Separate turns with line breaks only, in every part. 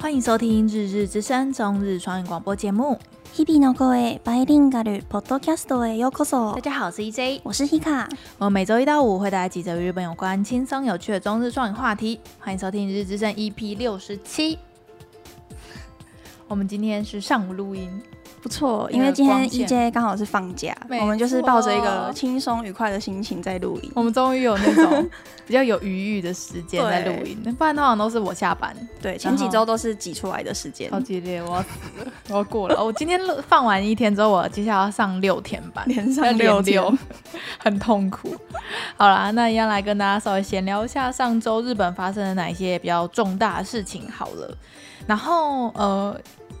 欢迎收听《日日之声》中日双语广播节目。
日々の声バイリンガルポッドキャストへようこそ
大。家好，我是 EJ，
我是 Hika，
我们每周一到五会带来几则与日本有关、轻松有趣的中日双语话题。欢迎收听《日日之声》EP 六十七。我们今天是上午录音，
不错，
那个
因为今天
光线
EJ 刚好是放假，
没
我们就是抱着一个
错
轻松愉快的心情在录音。
我们终于有那种比较有余裕的时间在录
对
音，不然通常都是我下班，
对，前几
然后
周都是挤出来的时间
超，激烈，我要死了，我要过了。我今天录放完一天之后，我接下来要上六天班，
连上
要
六天
六， 很痛苦。好啦，那一样来跟大家稍微闲聊一下上周日本发生了哪一些比较重大的事情好了。然后呃，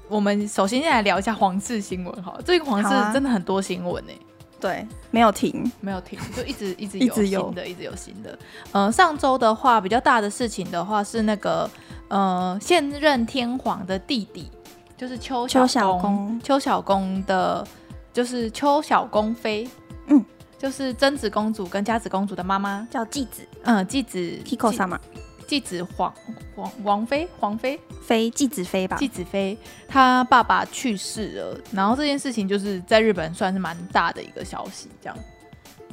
我们首先先来聊一下皇室新闻哈，这个皇室
好啊
真的很多新闻欸呢、
对，没有停。
没有停，就一 直一直
一
有
直
新
有
的，一直有新的。呃，上周的话比较大的事情的话是那个呃现任天皇的弟弟，就是邱小
邱小
公
公，
邱小公的，就是邱小公妃，
嗯，
就是贞子公主跟佳子公主的妈妈，
叫继子
嗯，继子
Kiko 様
继继子皇皇王妃皇妃
飞继子飞吧，
继子妃，她爸爸去世了，然后这件事情就是在日本算是蛮大的一个消息，这样，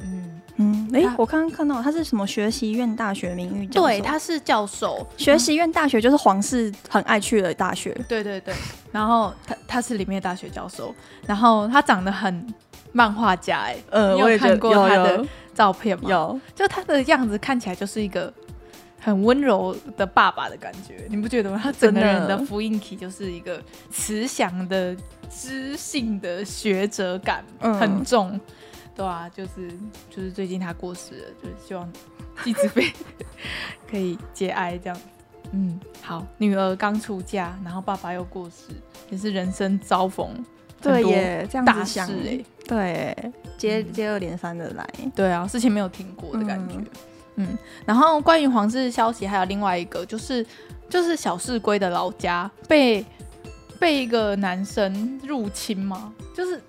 嗯。
嗯，哎
他，
我刚刚看到他是什么学习院大学名誉教授，
对，他是教授，
学习院大学就是皇室很爱去的大学，
对对对。然后他他是里面的大学教授，然后他长得很漫画家哎、
呃
你有看过他的照片吗？，
有
就他的样子看起来就是一个很温柔的爸爸的感觉，你不觉得吗？他整个
真的
人的福音体就是一个慈祥的、知性的学者感、
嗯
很重。对啊，就是就是最近他过世了，就是希望继子妃可以节哀这样。嗯，好，女儿刚出嫁，然后爸爸又过世，也是人生遭逢
对
很多
耶，这样
大事
子想，
哎、
对，接
嗯
接二连三的来，
对啊，事情没有听过的感觉。嗯然后关于皇室消息，还有另外一个就是，就是小市龟的老家被被一个男生入侵嘛，就是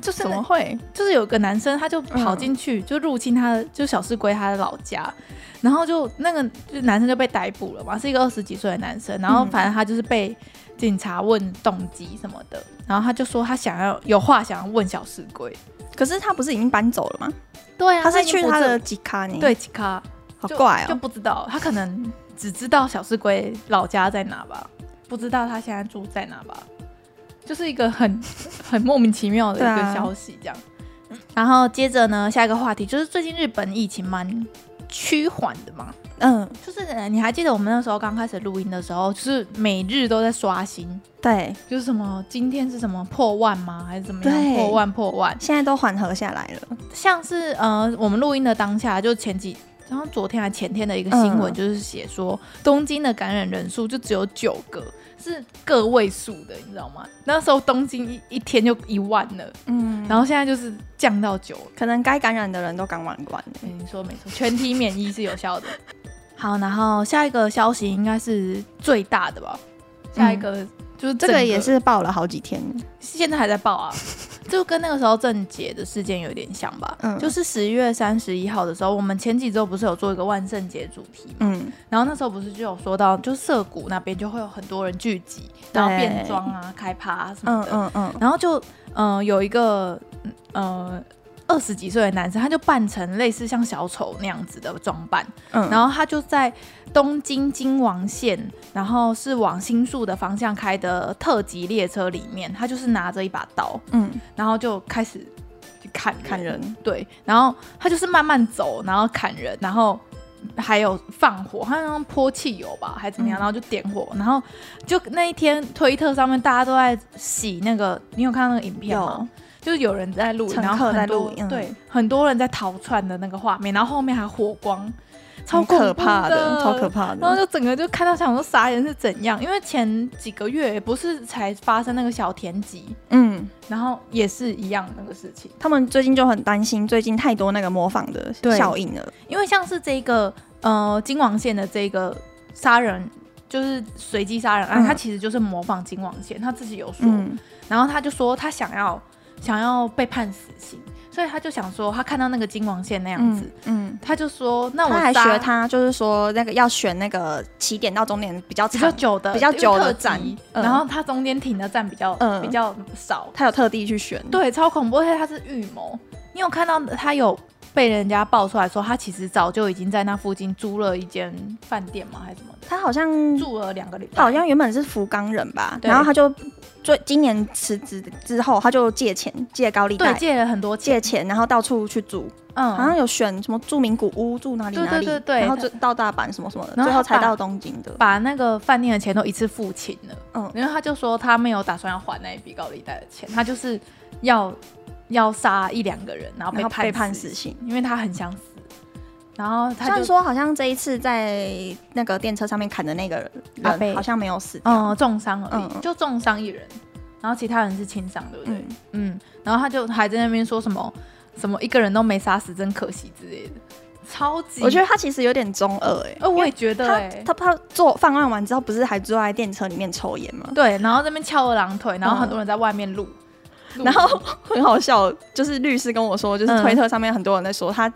就是
怎
那
么会？嗯
就是有个男生他就跑进去、就入侵他的就小市龟他的老家，然后就那个就男生就被逮捕了嘛，是一个二十几岁的男生，然后
嗯
反正他就是被警察问动机什么的，然后他就说他想要有话想要问小市龟，
可是他不是已经搬走了吗？
对啊，
他是去他的
已经
吉卡尼，
不住对，吉卡。
哦好
就
怪
就
哦。
不知道，他可能只知道小四龟老家在哪吧，不知道他现在住在哪吧，就是一个很 很莫名其妙的一
对
个
啊
消息这样。然后接着呢，下一个话题就是最近日本疫情蛮趋缓的嘛，
嗯，
就是呃你还记得我们那时候刚开始录音的时候，就是每日都在刷新，
对，
就是什么今天是什么破万吗，还是怎么样
对
破万破万，
现在都缓和下来了。
像是呃，我们录音的当下，就前几，然后昨天还前天的一个新闻，
嗯
就是写说、东京的感染人数就只有九个，是个位数的，你知道吗？那时候东京一一天就一万了，
嗯，
然后现在就是降到九了。
可能该感染的人都感染完了。
嗯，你说没错，全体免疫是有效的。 好，然后下一个消息应该是最大的吧？下一个、就是
这
整
个也是爆了好几天。
现在还在报 啊，就跟那个时候郑捷的事件有点像吧。
嗯
就是十一月三十一号的时候，我们前几周不是有做一个万圣节主题嘛，
嗯，
然后那时候不是就有说到，就涩谷那边就会有很多人聚集，然后
对
变装啊、开趴啊什么
嗯
的，
嗯嗯，
然后就嗯、呃有一个嗯呃二十几岁的男生，他就扮成类似像小丑那样子的装扮，
嗯
然后他就在东京京王线，然后是往新宿的方向开的特急列车里面，他就是拿着一把刀，
嗯，
然后就开始去砍
看人，
对，然后他就是慢慢走，然后砍人，然后还有放火，他好像泼汽油吧，还怎么样，
嗯
然后就点火，然后就那一天推特上面大家都在洗那个，你有看到那个影片吗
有？
就是有人在录影，
乘
然后
客在嗯
很多
录影
对，很多人在逃窜的那个画面，然后后面还火光，超
超可
恐怖
怕
的，
超可。怕
然后
的。
就整个就看到想说傻眼是怎样，因为前几个月不是才发生那个小田急，
嗯，
然后也是一样那个事情。
他们最近就很担心，最近太多那个模仿的
对
效应了。
因为像是这个呃金王线的这个杀人，就是随机杀人案，啊
嗯
他其实就是模仿金王线，他自己有说，
嗯，
然后他就说他想要想要被判死刑，所以他就想说，他看到那个金王线那样子，
嗯嗯，
他就说，那我
他还
搭
学他，就是说那个要选那个起点到终点比较
比较
长，
久的
比较久的
因为特急
站嗯
然后他中间停的站比较、
嗯
比较少，
他有特地去选。，
对，超恐怖，而且他是预谋。你有看到他有被人家爆出来说，他其实早就已经在那附近租了一间饭店吗？还是什么的？
他好像
住了两个礼拜，
他嗯好像原本是福冈人吧，
对
然后他就最今年辞职之后，他就借钱借高利
对
贷。
借了很多
借
钱，
钱，然后到处去住，
嗯，
好像有选什么著名古屋，住哪里
对
哪里，
对对对
然后就到大阪什么什么的，
然后
最后
他把
才到东京的。
把那个饭店的钱都一次付清了，
嗯
因为他就说他没有打算要还那一笔高利贷的钱，他就是要要杀一两个人，然后
然
被
后
判
被判
死
死，刑。
因为他很想死，然后
虽
他
然
就
说好像这一次在那个电车上面砍的那个
阿
人
贝
好像没有死掉，
嗯重伤而已，
嗯嗯
就重伤一人，然后其他人是轻伤，对不对？
嗯，
嗯，然后他就还在那边说什么什么一个人都没杀死，真可惜之类的，超级。
我觉得他其实有点中二哎、
呃，我也觉得、
他
欸，
他他做犯案完之后，不是还坐在电车里面抽烟吗？
对，然后在那边翘二郎腿，然后
嗯
很多人在外面录，录
然后很好笑，就是律师跟我说，就是
嗯
推特上面很多人在说他。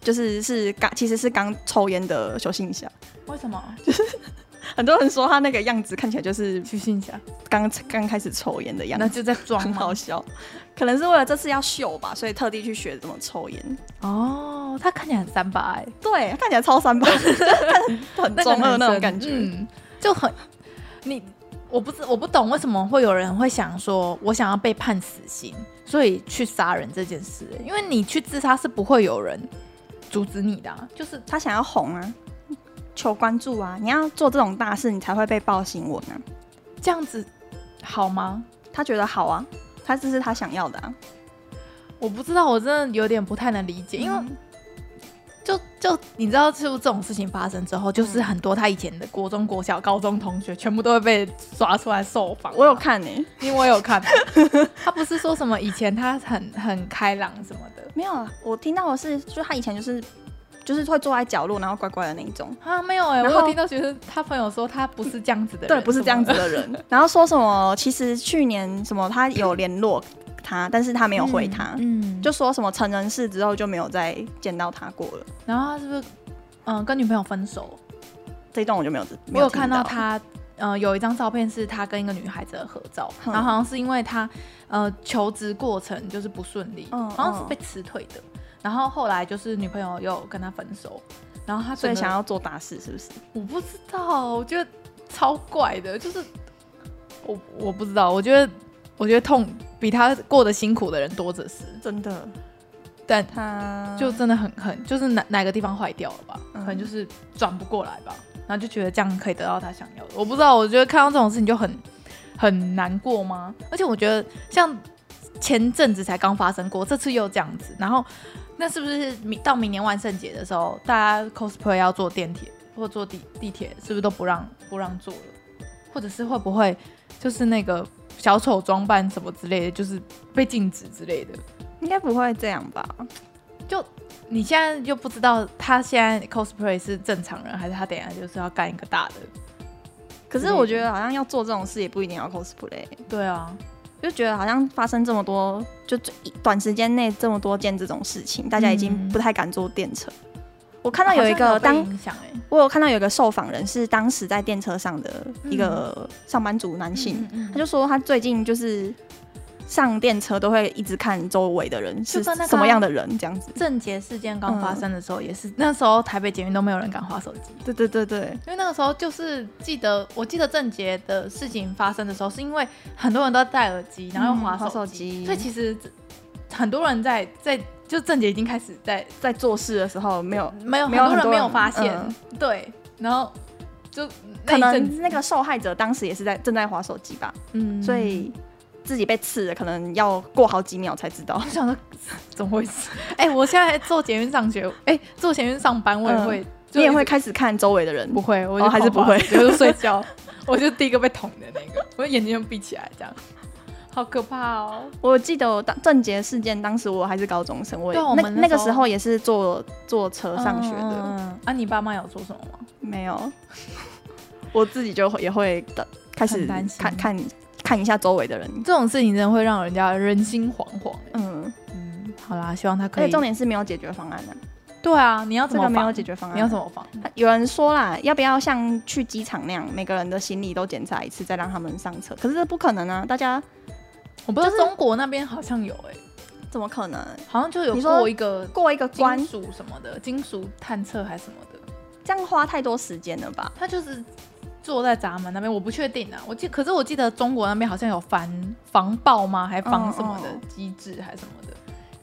就是是刚其实是刚抽烟的邱信霞，
为什么
很多人说他那个样子看起来就是
去信一下？
刚刚开始抽烟的样
那
子，
就在装
很
嘛
好笑。可能是为了这次要秀吧，所以特地去学怎么抽烟。
哦，他看起来很三八哎、
对，看起来超 三八，很
那个
中
男
嗯二那种
生
感觉。
嗯，就很你，我不知我不懂为什么会有人会想说，我想要被判死刑，所以去杀人这件事、欸因为你去自杀是不会有人阻止你的、啊，就是
他想要红啊，求关注啊，你要做这种大事，你才会被报新闻啊。
这样子好吗？
他觉得好啊，他这是他想要的啊。
我不知道，我真的有点不太能理解，因
嗯
为就就你知道，就这种事情发生之后，
嗯
就是很多他以前的国中、国小、高中同学，全部都会被抓出来受访。
我有看欸呢、
因为我有 看，他不是说什么以前他很很开朗什么的，
没有啊，我听到的是，就他以前就是就是会坐在角落，然后乖乖的那一种。
啊，没有哎、我
然后
有听到学生他朋友说他不是这样子的人，
对，不是这样子
什么
的人。 然后说什么，其实去年什么他有联络他，但是他没
的，
有回他，
嗯，就
就说什么成人式之后就没有再见到他过了。
然后他是不是嗯、呃跟女朋友分手？
这一段我就没有，没
我有看
听到
到，他。呃，有一张照片是他跟一个女孩子的合照，
嗯
然后好像是因为他呃求职过程就是不顺利，
嗯
好像是
嗯
被辞退的，然后后来就是女朋友又跟他分手，然后他
所以
整个
想要做大事，是不是？
我不知道，我觉得超怪的，就是我我不知道，我觉得我觉得痛比他过得辛苦的人多着是，
真的，
但
他
就真的很很就是哪哪个地方坏掉了吧，
嗯
可能就是转不过来吧，然后就觉得这样可以得到他想要的，我不知道，我觉得看到这种事情就很很难过吗？而且我觉得像前阵子才刚发生过，这次又这样子，然后那是不是明到明年万圣节的时候，大家 cosplay 要坐电铁或坐地地铁，是不是都不让不让坐了？或者是会不会就是那个小丑装扮什么之类的，就是被禁止之类的？
应该不会这样吧？
就你现在又不知道他现在 cosplay 是正常人，还是他等一下就是要干一个大的？
可
嗯
是我觉得好像要做这种事也不一定要 cosplay，
对啊，
就觉得好像发生这么多，就最短时间内这么多件这种事情，大家已经
嗯
不太敢坐电车。我看到有一
好像
个
被
当，
影响哎、
我有看到有一个受访人是当时在电车上的一个上班族男性，
嗯嗯嗯
他就说他最近就是上电车都会一直看周围的人是
就跟那个啊
什么样的人这样子。
郑捷事件刚发生的时候，也是、那时候台北捷运都没有人敢划手机，
对对对对，
因为那个时候就是记得，我记得郑捷的事情发生的时候，是因为很多人都戴耳机，然后又嗯划
划手
机，
机
所以其实很多人在在就郑捷已经开始在
在做事的时候没有，
没有
没有
很
很
多人
多
没有
人
发现，
嗯
对，然后就那
可
一阵
能
子
那个受害者当时也是在正在划手机吧，
嗯
所以自己被刺了，可能要过好几秒才知道。
我想说， 怎么回事？哎、我现在做捷运上学，哎、做捷运上班我也
嗯
会，就
你也
一
会
直
开始看周围的人
不，会？我
哦
就、
还是不会
就是睡 觉，我就第一个被捅的那个，我眼睛就闭起来，这样，好可怕哦！
我记得我当郑捷事件，当时我还是高中生，我也
对啊我们
那
那
那个
时候
时候也是坐坐车上学的，
嗯啊，你爸妈有做什么吗？
没有，我自己就会也会的开始
很担心
看看看一下周围的人，
这种事情真的会让人家人心惶惶、哎
嗯，
嗯，好啦，希望他可
而且
以。
重点是没有解决方案的、
对啊，你要怎
这
么
个
防？
没有解决方案。啊
你要怎么防？
有人说啦，要不要像去机场那样，每个人的行李都检查一次，再让他们上车？可是这不可能啊！大家
我不知道
就是
中国那边好像有哎、
怎么可能
好像就有
你说
过一个
过一个关
金？属什么的，金属探测还是什么的，
这样花太多时间了吧？
他就是坐在闸门那边，我不确定啊。我记，可是我记得中国那边好像有防防爆吗？还防什么的
嗯
机制还是什么的。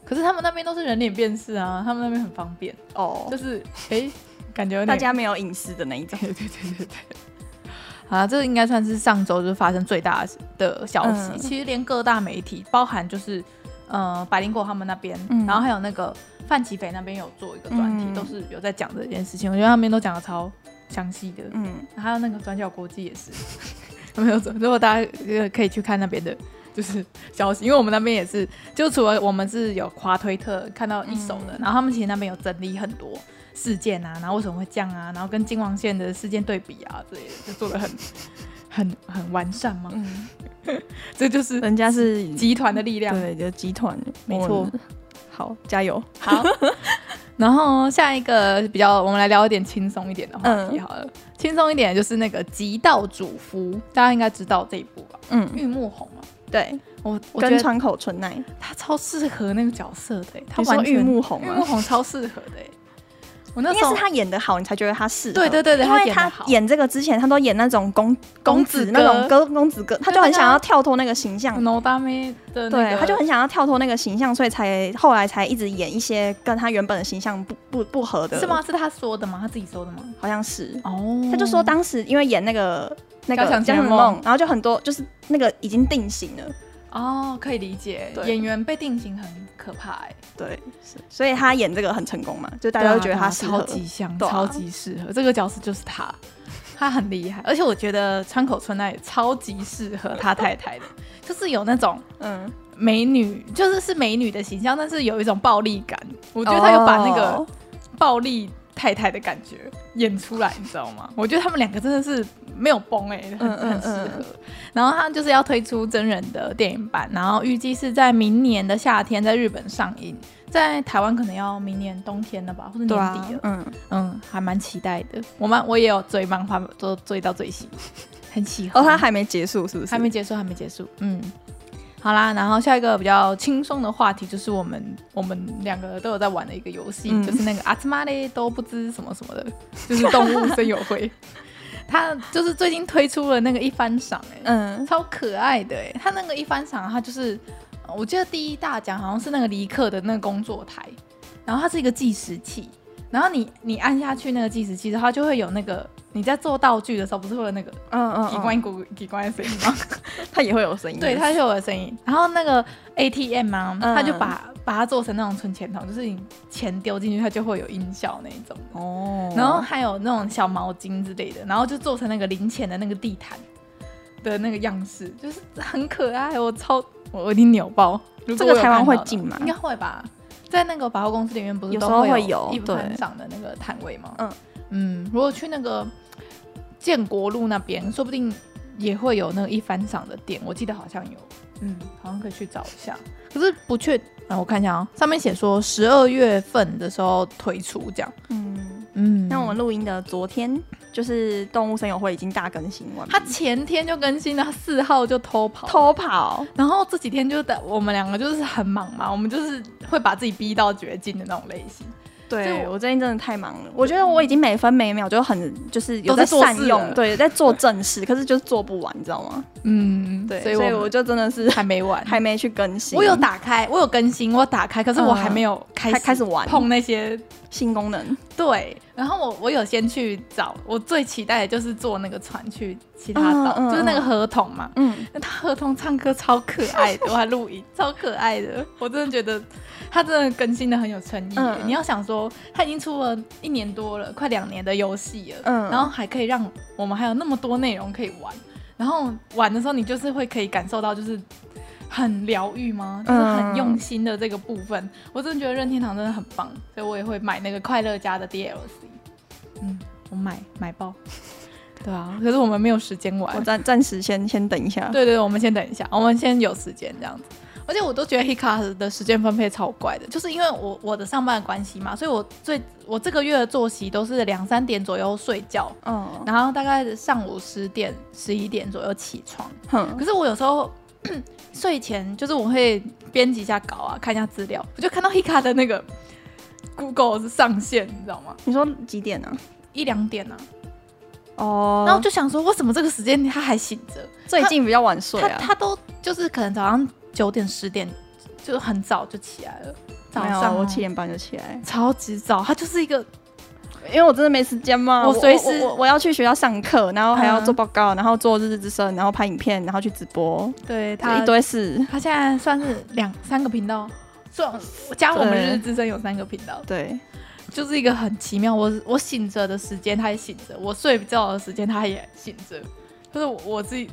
可是他们那边都是人脸辨识啊，他们那边很方便，
哦
就，是诶，感觉有点
大家没有隐私的那一 种。
对对对对对。好啊啦，这个应该算是上周就是发生最大的消息。
嗯
其实连各大媒体，包含就是呃百灵果他们那边，
嗯
然后还有那个范奇斐那边有做一个专题，
嗯
都是有在讲这件事情。我觉得他们那边都讲的超详细的，
嗯，
还有那个转角国际也是。 没有，如果大家呃可以去看那边的，就是消息，因为我们那边也是，就除了我们是有夸推特看到一手的，
嗯
然后他们其实那边有整理很多事件啊，然后为什么会这样啊，然后跟金王线的事件对比啊之类的，就做的很 很很完善嘛。
嗯
这就是
人家是
集团的力量。
对，就集团，
没错
我。好，加油。
好，然后下一个比较，我们来聊一点轻松一点的话题
嗯
好了。轻松一点就是那个极道主夫，大家应该知道这一部吧？
嗯，
玉木宏嘛，啊
对，
我我觉
跟
得
川口春奈，
他超适合那个角色的欸、他
你说
完全
玉木宏
玉
吗
木宏超适合的欸、我那
应
时
该
候
是他演的好，你才觉得他是。
对对对对
因为
他演得
他
好
演这个之前，他都演那种公
公
公
子
子
哥啊嗯
那种哥公子哥，他就很想要跳脱那个形象。
No 大妹的那
对
个，，
他就很想要跳脱那个形象，所以才后来才一直演一些跟他原本的形象不不不合的。
是？吗？是他说的吗？他自己说的吗？
好像是。
哦，
他就说当时因为演那个那个
交响情人
人
梦
梦，然后就很多就是那个已经定型了，
哦，可以理解，
对
演员被定型很可怕、欸，
对，是所以他演这个很成功嘛，就大家都觉得他适合
啊超。级像，
对啊
超级适合这个角色就是他，他很厉害，而且我觉得川口春奈也超级适合他太太的，就是有那种
嗯，
美女，就是是美女的形象，但是有一种暴力感，我觉得他有把那个
哦
暴力。太太的感觉演出来，你知道吗？我觉得他们两个真的是没有崩哎、很
嗯嗯
很适合。
嗯
然后他就是要推出真人的电影版，然后预计是在明年的夏天在日本上映，在台湾可能要明年冬天了吧，或者年
对
底
啊
了。，
嗯，
嗯，还蛮期待的。我漫我也有追漫画，都追到最新，很喜欢。
哦，他还没结束是不是？
还没结束，还没结束。嗯，好啦，然后下一个比较轻松的话题就是我们我们两个都有在玩的一个游戏，
嗯
就是那个阿兹玛嘞都不知什么什么的，就是动物森友 会。他就是最近推出了那个一番赏、欸，
嗯，
超可爱的、欸。他那个一番赏，他就是我记得第一大奖好像是那个离克的那个工作台，然后它是一个计时器。然后你你按下去那个计时器，然后它就会有那个你在做道具的时候，不是会有那个
嗯嗯
机
嗯，
关咕机关的声音吗？
他哦也会有声音，
对，它就有声音。然后那个 ATM 啊，
嗯
它就把把它做成那种存钱筒，就是你钱丢进去，它就会有音效那一种。
哦，
然后还有那种小毛巾之类的，然后就做成那个零钱的那个地毯的那个样式，就是很可爱。我超我我一定扭爆！如
这
果我
个
有
台湾
看到
会
的话
进吗
应该会吧。在那个百货公司里面，不是
有
都
时候会
有
有
一
对
番赏的那个摊位吗？
嗯
嗯，如果去那个建国路那边，说不定也会有那个一番赏的店，我记得好像有，嗯，好像可以去找一下。可是不确，啊，我看一下啊、上面写说十二月份的时候推出这样，
嗯，
嗯，
那我们录音的昨天就是动物森友会已经大更新完毕，
他前天就更新了，他四号就偷跑，
偷跑，
然后这几天就等我们两个就是很忙嘛，我们就是会把自己逼到绝境的那种类型，所以
对
我
我最近真的太忙了，我觉得我已经每分每秒就很就是有
都在做
善
事了
用，对，在做正事，可是就是做不完，你知道吗？
嗯，
对，
所
所
以
以
我
我
们
就真的是
还没完，
还没去更新，
我有打开，我有更新，我有打开，可是我
嗯
还没有开始
开开始玩
碰那些。
新功能，
对，然后我我有先去找，我最期待的就是坐那个船去其他岛，
嗯嗯
就是那个
嗯
合同嘛。
嗯，
那他合同唱歌超可爱的，我还录影，超可爱的。 我真的觉得他真的更新的很有诚意耶、
嗯
你要想说，他已经出了一年多了，快两年的游戏了，
嗯
然后还可以让我们还有那么多内容可以玩。然后玩的时候，你就是会可以感受到，就是很疗愈吗？就是很
嗯
用心的这个部分，我真的觉得任天堂真的很棒，所以我也会买那个快乐家的 DLC。嗯，我买买 爆。对啊，可是我们没有时间玩
我。暂暂时先先等一下，
对对，对我们先等一下，我们先有时间这样子。而且我都觉得 Hiccup 的时间分配超怪的，就是因为我我的上班的关系嘛，所以我最我这个月的作息都是两三点左右睡觉，
嗯，
然后大概上午十点十一点左右起床。
哼，
可是我有时候 睡前就是我会编辑一下稿啊，看一下资料，我就看到 Hika 的那个 Google 是上线，你知道吗？
你说几点呢、
一两点啊，
哦，
然后就想说，为什么这个时间他还醒着？
最近比较晚睡
他
啊，
他都就是可能早上九点十点就很早就起来了，早
没有啊
上
我
哦
七点半就起来，
超级早，他就是一个
因为我真的没时间嘛，
我随时
我我我要去学校上课，然后还要
嗯
做报告，然后做日日之声，然后拍影片，然后去直播，
对
就
他
一堆事。
他现在算是两三个频道，算加我们日日之声有三个频道，
对，
就是一个很奇妙。我我醒着的时间他也醒着，我睡觉的时间他也醒着，就是我我自己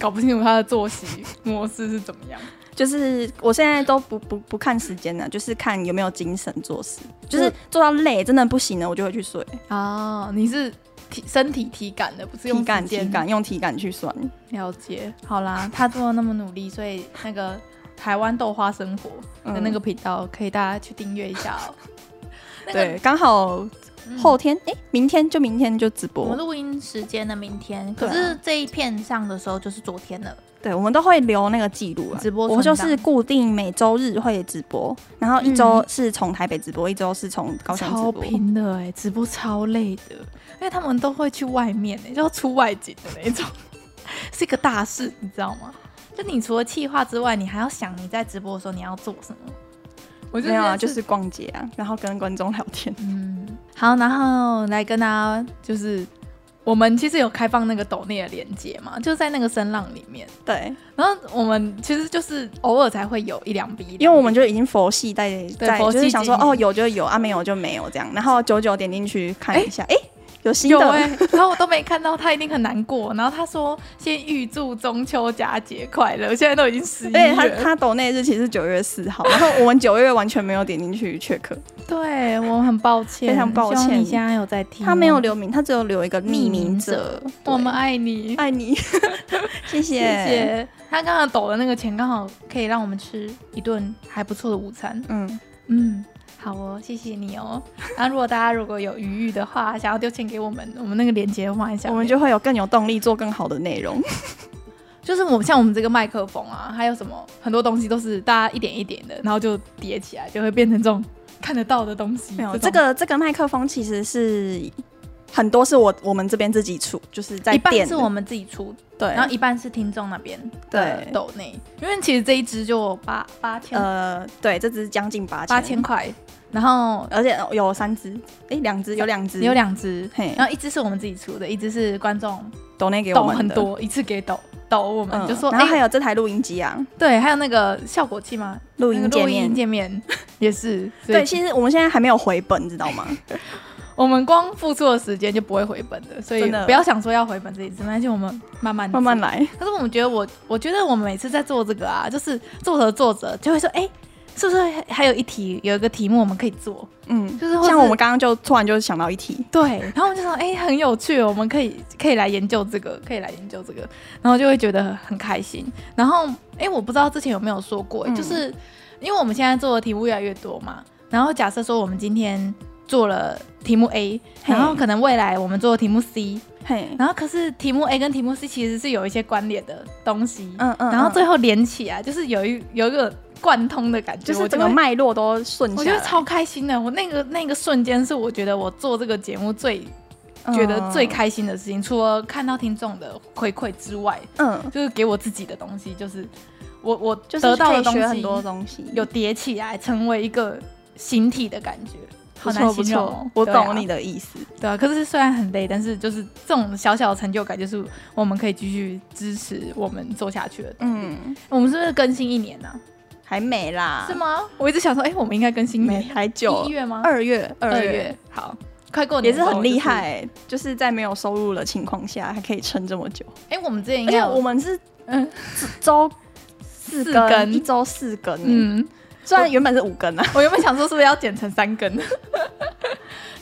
搞不清楚他的作息模式是怎么样。
就是我现在都不不不看时间了，啊就是看有没有精神做事。就是
嗯
做到累，真的不行了，我就会去睡。
哦，你是体身体体感的，不是用
体感
时
体
间
感用体感去算，
了解。好啦，他做的那么努力，所以那个台湾豆花生活的那个频道可以大家去订阅一下哦。嗯 那个嗯
对，刚好后天哎、诶明天就明天就直
我们
播。
录音时间的明天，
对
可
啊
是这一片上的时候就是昨天了。
对，我们都会留那个记录啊。
直播
我就
存档
是固定每周日会直播，然后一周是从台北直播，一周是从高雄直
嗯超
播。
拼的哎、直播超累的，因为他们都会去外面哎、就要出外景的那一种， 是一个大事，你知道吗？就你除了企划之外，你还要想你在直播的时候你要做什么。我觉得
没有啊，
这
就是逛街啊，然后跟观众聊天。
嗯，好，然后来跟大家就是。我们其实有开放那个抖内的连接嘛，就在那个声浪里面。
对，
然后我们其实就是偶尔才会有一两笔，
因为我们就已经佛系在在，
佛系
就是想说
经营
哦有就有啊，没有就没有这样。然后九九点进去看一下，哎、有新
有
的，
哎、然后我都没看到，他一定很难过。然后他说先预祝中秋佳节快乐，现在都已经十一
而且他
月了。
他抖那日期是九月四号，然后我们九月完全没有点进去 check，
对我很抱歉，
非常抱歉
希望你现在有在听，
他没有，留名，他只有留一个匿名
嗯匿
者。
我们
对
爱你，
爱你，
谢
谢谢。
谢。他刚刚抖的那个钱刚好可以让我们吃一顿还不错的午餐。
嗯，
嗯，好哦，谢谢你 哦。那如果大家如果有余裕的话，想要丢钱给我们，我们那个链接放一下面，
我们就会有更有动力做更好的内容。
就是我像我们这个麦克风啊，还有什么很多东西都是大家一点一点的，然后就叠起来，就会变成这种看得到的东西。
没有
种
这个这个麦克风其实是很多是我我们这边自己出，就是在
一半
店
是
的
我们自己出，
对，
然后一半是听众那边的
对
抖内，因为其实这一支就八八千
呃对，这只将近八
八千，块，然后
而且有三只，哎，两只有两只，
有两支
嘿，
然后一支是我们自己出的，一支是观众
抖内给我
抖
们
很
的，
多，一次给抖抖我们，
嗯，
就说
然后还
哎
有这台录音机啊，
对，还有那个效果器嘛，
录
那
音
个
界
录音
面。
界面 也是，所以
对，其实我们现在还没有回本，知道 吗？
我们光付出的时间就不会回本的，所以
真的
不要想说要回本这一次，没关系，我们慢慢
慢慢
来。
来。
可是我们觉得我，我觉得我们每次在做这个啊，就是做着做着就会说，哎、是不是还还有一题有一个题目我们可以做？
嗯，
就是或是
像我们刚刚就突然就想到一题，
对，然后我们就说，哎、很有趣哦，我们可以可以来研究这个，可以来研究这个，然后就会觉得很开心。然后，哎、我不知道之前有没有说过、
嗯
就是因为我们现在做的题目越来越多嘛，然后假设说我们今天做了题目 A，
嘿
然后可能未来我们做题目 C，
嘿，
然后可是题目 A 跟题目 C 其实是有一些关联的东西，
嗯嗯，
然后最
后
后连起来，就是有一有一个贯通的感觉，
就是
我
整
会
个脉络都顺
我
下
觉
来，
得超开心的。我那个那个瞬间是我觉得我做这个节目最、觉
嗯
得最开心的事情，除了看到听众的回馈之外，
嗯，嗯，
就是给我自己的东西，就是我我
就是
得到
可
的
以
东西
学很多东西，
有叠起来，成为一个形体的感觉。好
不
难
错不
形容哦
错，，我
对啊
懂你的意思。
对啊，可是虽然很累，但是就是这种小小的成就感，就是我们可以继续支持我们做下去的。
嗯，
我们是不是更新一年呢、
还没啦，
是？吗？我一直想说，哎、我们应该更新一
没，
年，
还
一
久，
月吗？
二月，
二
二月。
月，好，快过
也
年
是
的时候
很厉
就是。
害、就是在没有收入的情况下，还可以撑这么久。
哎、我们之前应该
而且
有
我们是
嗯
周四
四
更，
更
一周四更。嗯，
嗯，
虽然原本是五更啊，
我原本想说是不是要剪成三根，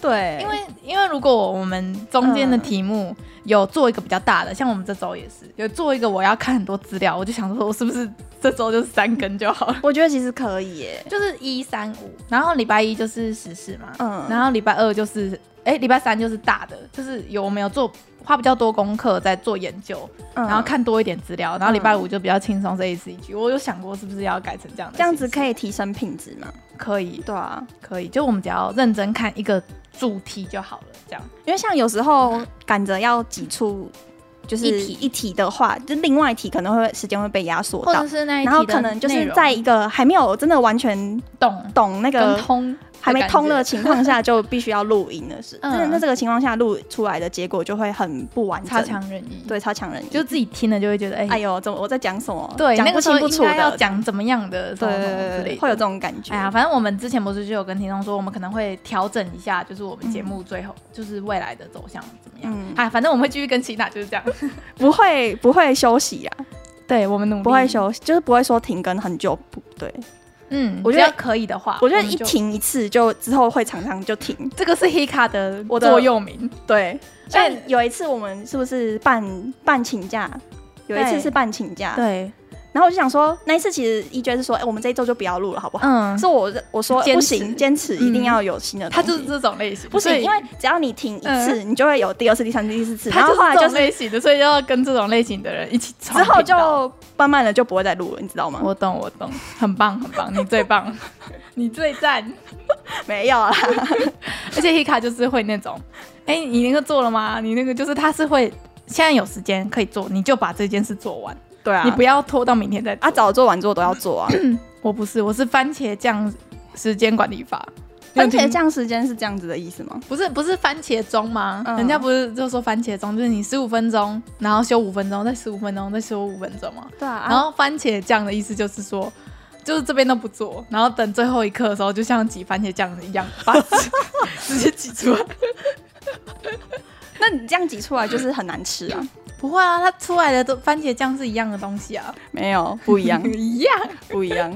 对，
因为因为如果我们中间的题目有做一个比较大的，像我们这周也是有做一个我要看很多资料，我就想说我是不是这周就是三更就好了，
我觉得其实可以耶。
就是一三五，然后礼拜一就是时事嘛，
嗯
然后礼拜二就是哎礼拜三就是大的，就是有我们有做花比较多功课在做研究，
嗯
然后看多一点资料，然后礼拜五就比较轻松这一次一局，我有想过是不是要改成这样的
这样
形式，
子可以提升品质嘛？
可以
对啊，
可以，就我们只要认真看一个主题就好了，这样。
因为像有时候赶着要挤出就是
一题
一题的话，就另外一题可能会时间会被压缩
或
到
者，是那一
然后可能就是在一个还没有真的完全
懂
懂那
跟
个
通
还没通的
了，
情 况下，就必须要录音的是，
嗯
真的在这个情况下录出来的结果就会很不完
差
整，
强人意。，
对，超强人意，
就自己听了就会觉得，哎、
哎呦，怎么我在讲什么？
对，
讲
那
不
个时
清
候
不
应
楚
该要
的，
讲怎么样的，什
对
么什么之类的
会有这。种感觉。
哎呀，反正我们之前不是就有跟听众说，我们可能会调整一下，就是我们节目最后、就是未来的走向怎么样。
嗯，
啊，反正我们会继续更新啦，就是这样。
不会不会休息
嗯
啊，
对我们努力，
不会。休息，就是不会说停更很久，不对。
嗯，
我觉得
只要可以的话，
我觉得
们
一
就
停一次就之后会常常就停。
这个是 Hika 的
我的
座右铭。
对，像
但
有一次我们是不是办办请假？有一次
对
是办请假，
对，
然后我就想说，那一次其实一娟是说，哎、我们这一周就不要录了，好不好？
嗯，
是我我说
坚持嗯
不行，坚持一定要有新的东
他
西、
就是这种类型，
不
所
行，
以嗯
因为只要你停一次，你就会有第二次、第三次、第四次，然
他就
后
是
后来
这
就
种
是
类型的，所以要跟这种类型的人一起闯
之后
频道
就慢慢的就不会再录了，你知道吗？
我懂，我懂，很棒，很棒，你最棒， 你最赞。
没 有啦，
而且 Hika 就是会那种，哎、你那个做了吗？你那个就是他是会，现在有时间可以做，你就把这件事做完，
对啊，
你不要拖到明天再做。
啊早做晚做都要做啊。
嗯 我不是，我是番茄酱时间管理法。
番茄
你有听
酱时间是这样子的意思吗？
不是不是番茄钟吗？
嗯
人家不是就说番茄钟，就是你十五分钟，然后休五分钟，再十五分钟，再休五分钟吗？
对啊
然后番茄酱的意思就是说，就是这边都不做，然后等最后一刻的时候，就像挤番茄酱一样，把 直接挤出来。
那你这样挤出来就是很难吃啊？
不会啊，它出来的都番茄酱是一样的东西啊，
没有，不一样
一样，
不一 样。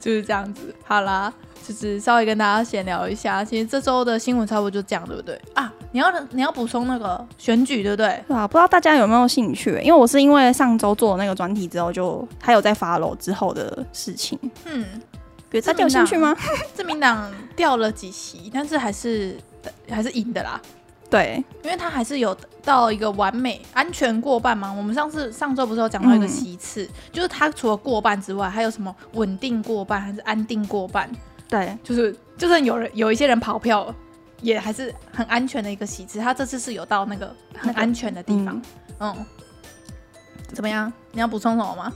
就是这样子。好啦，就是稍微跟大家闲聊一下，其实这周的新闻差不多就这样，对不对啊？你要你要补充那个选举，对不对？
对啊，不知道大家有没有兴趣、因为我是因为上周做那个专题之后就，还有在 follow 之后的事情。
嗯，
对大家有兴趣吗？
自民党掉了几席，但是还是还是赢的啦。
对，
因为它还是有到一个完美安全过半嘛。我们上次上周不是有讲到一个席次，就是它除了过半之外，还有什么稳定过半还是安定过半？
对，
就是就算有人有一些人跑票，也还是很安全的一个席次。它这次是有到那个很
那个
安全的地方
嗯。
嗯，怎么样？你要补充什么吗？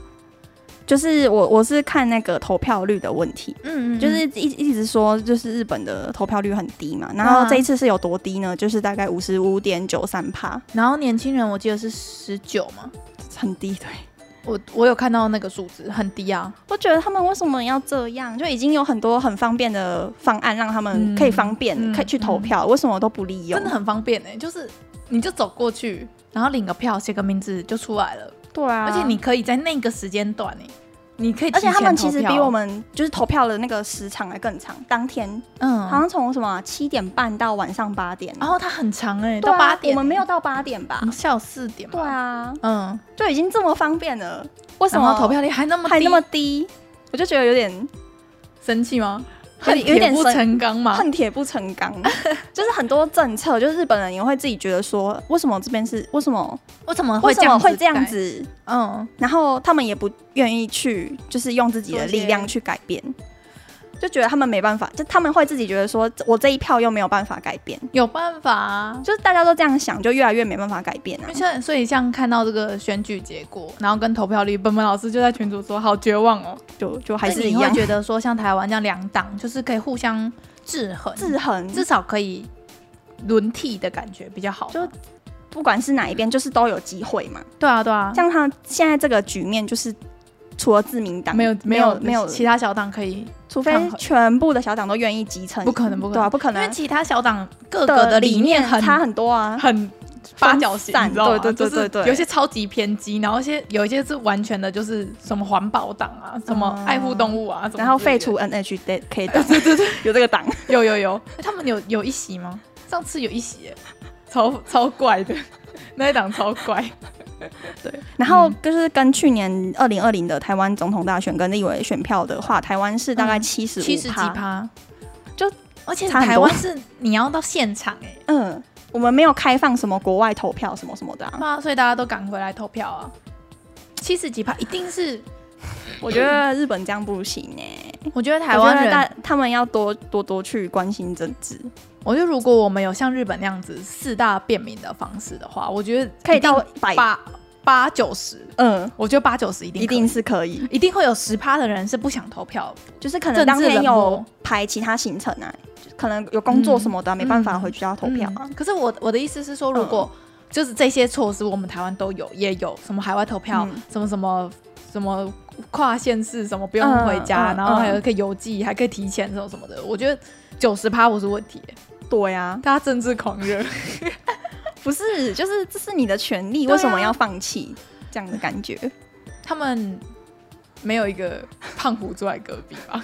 就是我我是看那个投票率的问题，
嗯
就是一一直说就是日本的投票率很低嘛，然后
嗯
这一次是有多低呢？就是大概五十五点九三帕，
然后年轻人我记得是十九嘛，
很低。对，
我我有看到那个数字很低啊。
我觉得他们为什么要这样？就已经有很多很方便的方案让他们
嗯
可以方便、
嗯
可以去投票，为什么都不利用？
真的很方便呢、欸就是你就走过去，然后领个票，写个名字就出来了，
对啊，
而且你可以在那个时间段呢、你可以提
而且
前投
他
票，
们其实比我们就是投票的那个时长还更长，当天、好
嗯，
像从什么七点半到晚上八点，
然后它很长哎、
对啊
到八点，
我们没有到八点吧
我？们下午四点嘛，
对，啊，
嗯，
就已经这么方便了，为什
然
么
后投票率还那么低
还那么低？我就觉得有点
生气吗？
很
恨铁
有点
不
生
成钢嘛，
恨铁不成钢， 就是很多政策，就是日本人也会自己觉得说，为什么这边是为什么
为什么
为
嗯会
什
这
么
样
会这样
改？
子？
嗯，
然后他们也不愿意去，就是用自己的力量去改变，就觉得他们没办法，就他们会自己觉得说，我这一票又没有办法改变，
有办法、啊。
就是大家都这样想，就越来越没办法改变啊
因为。现在，所以像看到这个选举结果，然后跟投票率，本本老师就在群组说好绝望哦，
就就还
所
是
以
一
你会
样
觉得说，像台湾这样两党，就是可以互相制衡，
制衡，
至少可以轮替的感觉比较好。
就不管是哪一边，就是都有机会嘛。
对啊，对啊，
像他现在这个局面，就是除了自民党，
没有
没
有
没有，
其他小党可以，
除非全部的小党都愿意集成，
不可能不可能
对啊，不可
因为
能
其他小党各个的理念很
差很多啊。
很八角形，
分散
你知道吗？
对对对对
就是
对
有一些超级偏激，然后一些有一些是完全的，就是什么环保党啊，什么爱护动物啊，什么
嗯然后
之类
废
的
除 NHK 档，对对对，有这个档，
有有有，他们有有一席吗？上次有一席耶，超超怪的， 那一档超怪。
然后就是跟去年二零二零的台湾总统大选跟立委选票的话，台湾是大概
嗯
七十
七十几趴，就而且
差很多
台湾是你要到现场哎、
嗯，我们没有开放什么国外投票什么什么的、 啊
对。啊，所以大家都赶回来投票啊。七十几趴一定是，
我觉得日本这样不行哎、
我觉得台
我
湾
觉得大
人，
他们要多多多去关心政治，
我觉得如果我们有像日本那样子四大便民的方式的话，我觉得
可以
一定
到百，
八八九十，
嗯，
我觉得八九十一定
一定
可
是可以
以。一定会有十趴的人是不想投票，
就是可能
政
当
治冷
天
漠嗯
有排其他行程啊，就可能有工作什么的啊、没办法
嗯
回去要投票啊。嗯
嗯可是我我的意思是说，如果就是这些措施，我们台湾都有，也有什么海外投票，
嗯
什么什么什么跨县市，什么不用
嗯
回家，
嗯
然后还有
嗯
可以邮寄，还可以提前什么什么的。我觉得九十趴不是问题耶，
对啊呀、
大家政治狂热。
嗯不是，就是这是你的权利，
对啊
为什么要放弃？这样的感觉，
他们没有一个胖虎坐在隔壁 吧，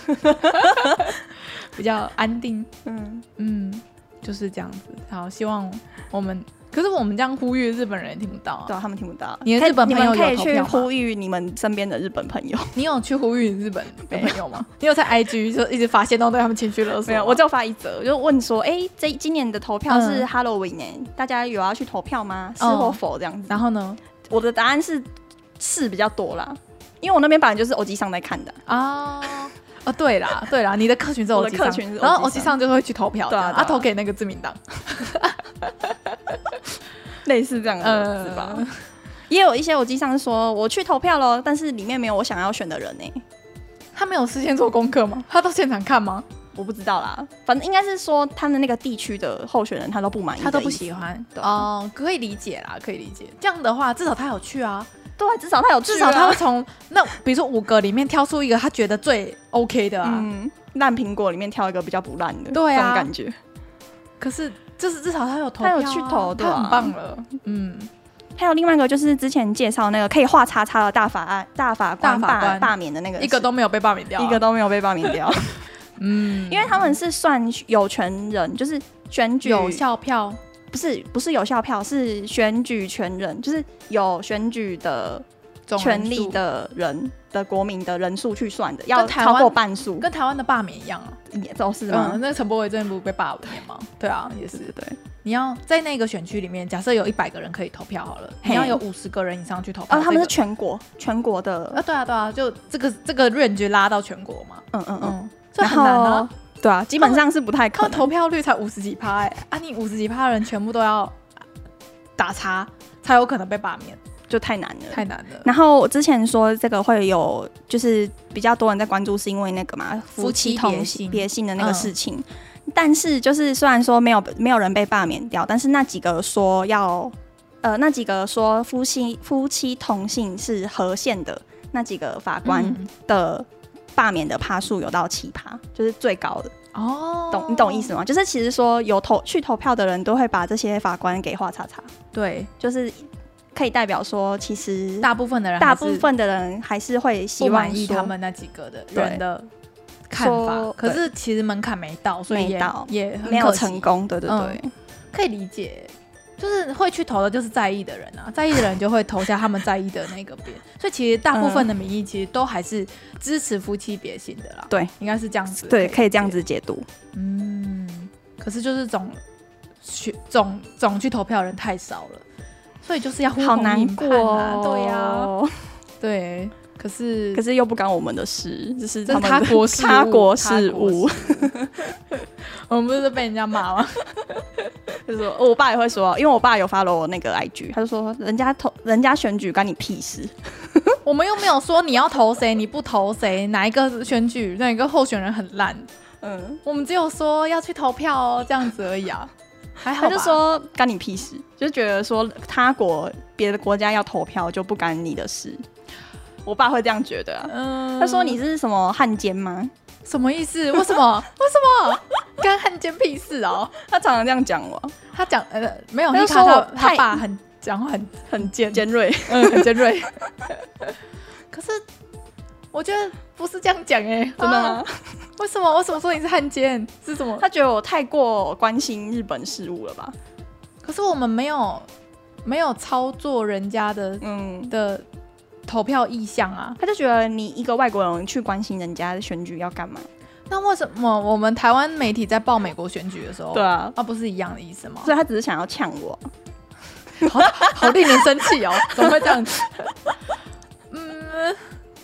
比较安定。
嗯，
嗯，就是这样子。好，希望我们，可是我们这样呼吁日本人也听不到啊
对、。啊、他们听不到。
你的
可以
日本朋友
你们可以
有投
去
票吗
呼吁你们身边的日本朋 友。
你有去呼吁日本的朋 友吗？你有在 IG 就一直发现到对他们情绪勒索吗？啊
没有，我就发一则，我就问说，哎、这今年的投票是
嗯
Halloween 哎、大家有要去投票吗？是
哦
或否这样子？
然后呢？
我的答案是是比较多啦，因为我那边本来就是欧吉上在看的，
啊、哦，对啦，对啦，你的客群是
我的
欧吉上
客群是
然后
欧
欧
吉
吉
上
上就会去投票，
对啊
这样
对啊
啊，投给那个自民党，
类似这样的是吧？
嗯，
也有一些我经常说我去投票咯，但是里面没有我想要选的人呢、
他没有事先做功课吗？他到现场看吗？
我不知道啦，反正应该是说他的那个地区的候选人他都不满意，
他都不喜。欢，
对啊
哦，可以理解啦，可以理解。这样的话，至少他有去啊，
对啊，至少他有去啊、
至少他会从那比如说五个里面挑出一个他觉得最 OK 的啊。
嗯烂苹果里面挑一个比较不烂的，
对啊
这种感觉。
可是就是至少他有投票啊、
他有去投对
他
啊
很棒了，嗯。
还有另外一个就是之前介绍那个可以画叉叉的大法案、大法
大
官
法
罢
官
罢免的那个，
一个都没有被罢免掉啊、
一个都没有被罢 免掉，
嗯，
因为他们是算有权人，就是选举
有效票
不是不是有效票，是选举权人，就是有选举的
总人
权利
数
的人的国民的人数去算的，要
台
超
湾
过半数，
跟台湾的罢免一样啊，
也都是吗
嗯，？那陈柏伟真的不被罢免吗？对啊，也
对
是。
对对。
你要在那个选区里面，假设有一百个人可以投票好了，
嘿
你要有五十个人以上去投票。
哦，他们
这
是
个
全国全国的
啊，，对啊，对啊，就这个这个 range 拉到全国嘛，
嗯嗯嗯，
嗯，这
然
很难
后
啊。
对啊，基本上是不太
他
可
们投
能。
票率才五十几趴哎，啊，你五十几趴的人全部都要打叉，才有可能被罢免，
就太难了，
太难了。
然后我之前说这个会有，就是比较多人在关注，是因为那个嘛夫
夫妻
妻同
别
性
姓
别性的那个
嗯
事情。但是就是虽然说没有没有人被罢免掉，但是那几个说要呃那几个说夫妻夫妻同性是合宪的那几个法官
嗯
的罢免的趴数有到七趴，就是最高的。
哦，
懂你懂意思吗？就是其实说有投去投票的人都会把这些法官给画叉叉，
对，
就是可以代表说其实
大部分的人
大
还是
部分的人还是会希
不
望
满意
说
他们那几个的
对
人的看法
说，
可是其实门槛没到，所以
没
也
到
也很
没有
可惜嗯
成，功，对对对，
可以理解。就是会去投的，就是在意的人啊，在意的人就会投下他们在意的那个边， 所以其实大部分的民意其实都还是支持夫妻别姓的啦。
对，
应该是这样子。
对，可以这样。子解读。
嗯，可是就是总去总总去投票的人太少了，所以就是要呼
好
朋
难
引
过
伴啊，，
哦
对呀、对。可是
可是又不干我们的事，就是
这
他
是
们
他
的
国事务
他国事务，
我们不是被人家骂吗？
就是说哦我爸也会说，因为我爸有 follow 我那个 IG，他就说人家投人家选举干你屁事，
我们又没有说你要投谁，你不投谁，哪一个选举哪一个候选人很烂，
嗯，
我们只有说要去投票哦，这样子而已啊。 还好吧
他就说干你屁事，就觉得说他国别的国家要投票就不干你的事，我爸会这样觉得啊、
嗯
他说你是什么汉奸吗？
什么意思？为什么？为什么？干汉奸屁事哦！
他常常这样讲我，
他讲呃没有，
他
他
就说我
他
太
爸很讲话很很尖，
尖锐，
嗯，很尖 锐。 可是我觉得不是这样讲哎、
真的
啊
吗？
为什么？为什么说你是汉奸？是什么？
他觉得我太过关心日本事务了吧？
可是我们没有没有操作人家的
嗯，
的投票意向啊。
他就觉得你一个外国人去关心人家的选举要干嘛？
那为什么我们台湾媒体在报美国选举的时候，
对啊，
啊，不是一样的意思吗？
所以他只是想要呛我。
好好令人生 气哦，怎么会这样子？嗯，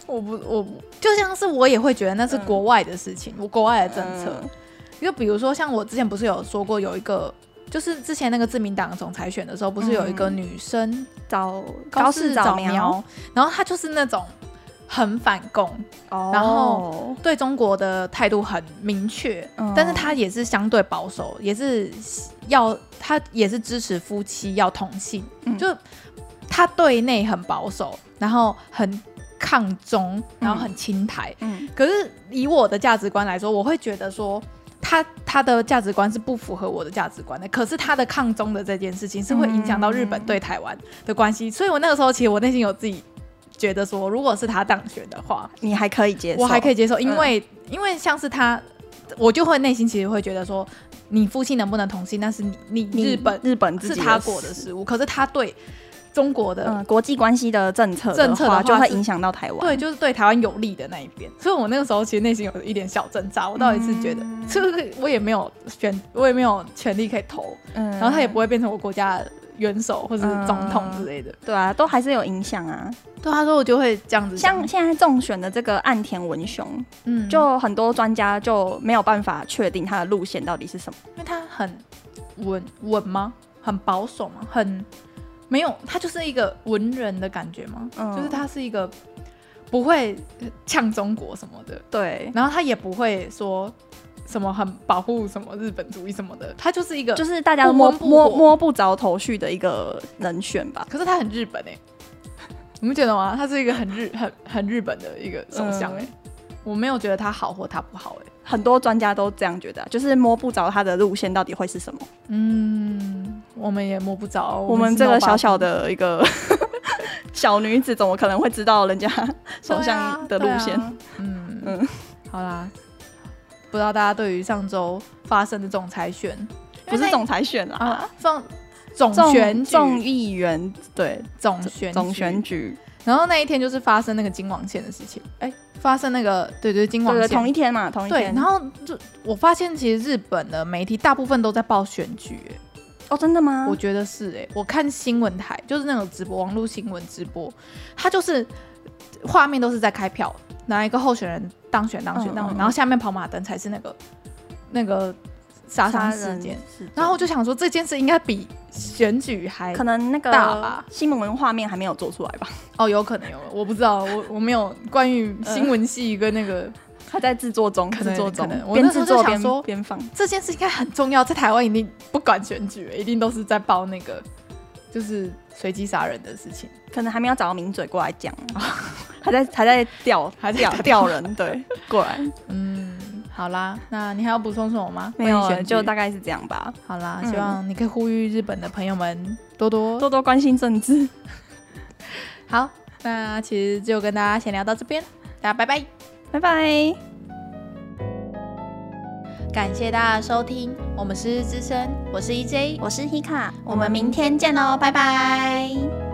我不，我不就像是我也会觉得那是国外的事情，我国外的政策。
嗯
就比如说像我之前不是有说过有一个，就是之前那个自民党总裁选的时候，不是有一个
嗯
女生、
找
高
高
市
市
早
早
苗
苗，
然后她就是那种很反共，
哦
然后对中国的态度很明确，
嗯
但是她也是相对保守，也是要她也是支持夫妻要同性，
嗯
就她对内很保守，然后很抗中，然后很亲台，
嗯
可是以我的价值观来说，我会觉得说。他他的价值观是不符合我的价值观的，可是他的抗中的这件事情是会影响到日本对台湾的关系，所以我那个时候其实我内心有自己觉得说，如果是他当选的话，
你还可以接受，
我还可
以
以接受，嗯因为、因为像是他，我就会内心其实会觉得说，你夫妻能不能同性，那是你你日本
日本自
是
己
他国的
事
事物，可是他对中国的、
嗯，国际关系的政策
政策的
的
话
话，就会
是
影响到台湾。
对，就是对台湾有利的那一边。所以我那个时候其实内心有一点小挣扎，我到底是觉得，就是我也没有选，我也没有权利可以投，
嗯，
然后他也不会变成我国家的元首或者是总统之类的。
对啊，都还是有影响啊。
嗯对，他说我就会这样子想，
像现在中选的这个岸田文雄，
嗯，就
就很多专家就没有办法确定他的路线到底是什么。
因为他很稳稳吗？很保守吗？很没有，他就是一个文人的感觉吗？
嗯
就是他是一个不会呛中国什么的，
对，
然后他也不会说什么很保护什么日本主义什么的，他就是一个，
就是大家都摸
不温不
摸
火
摸不着头绪的一个人选吧。
可是他很日本哎、你们觉得吗？他是一个很日 很很日本的一个首相
嗯
哎、我没有觉得他好或他不好哎、
很多专家都这样觉得啊，就是摸不着他的路线到底会是什么。
嗯，我们也摸不着，
我们这个小小的一个 小女子，怎么可能会知道人家
啊
首相的路线？
嗯嗯
嗯，
好啦，不知道大家对于上周发生的总裁选，
不是总裁选啦，
啊，放总
众
选举
众议员对
总选
总选
举，
举，
然后那一天就是发生那个金王线的事情，哎、发生那个对对金王
对对，
线
同一天嘛，同一
对，
天。
然后就我发现，其实日本的媒体大部分都在报选举、欸
哦，真的吗
我？觉得是哎、欸我看新闻台就是那种直播，网络新闻直播，它就是画面都是在开票，哪一个候选人当选当选
嗯
当选，
嗯嗯
然后下面跑马灯才是那个那个杀伤事
人
件。
事件
然后我就想说，这件事应该比选举还
可能那
大
个
吧
新闻画面还没有嗯做出来吧，
哦，有可能有，我不知道，我我没有关于新闻系跟那个、
他在制作中，
可
制
能
作中
可能，我
边
那时候
制
就
作
想说
边边放。
这件事应该很重要，在台湾一定不管选举，一定都是在报那个就是随机杀人的事情。
可能还没有找到名嘴过来讲，还在还在调，
还在
调
调
调人，对， 过来
嗯，好啦，那你还要补充什么吗？
没有
关于
了，
选举
就大概是这样吧。
好啦。
嗯
希望你可以呼吁日本的朋友们多多
多多关心政治，
好。那其实就跟大家闲聊到这边，大家拜拜。
拜拜。
感谢大家的收听，我们是日之声，我是 EJ，
我是 Hika，
我们明
天见喽，拜拜。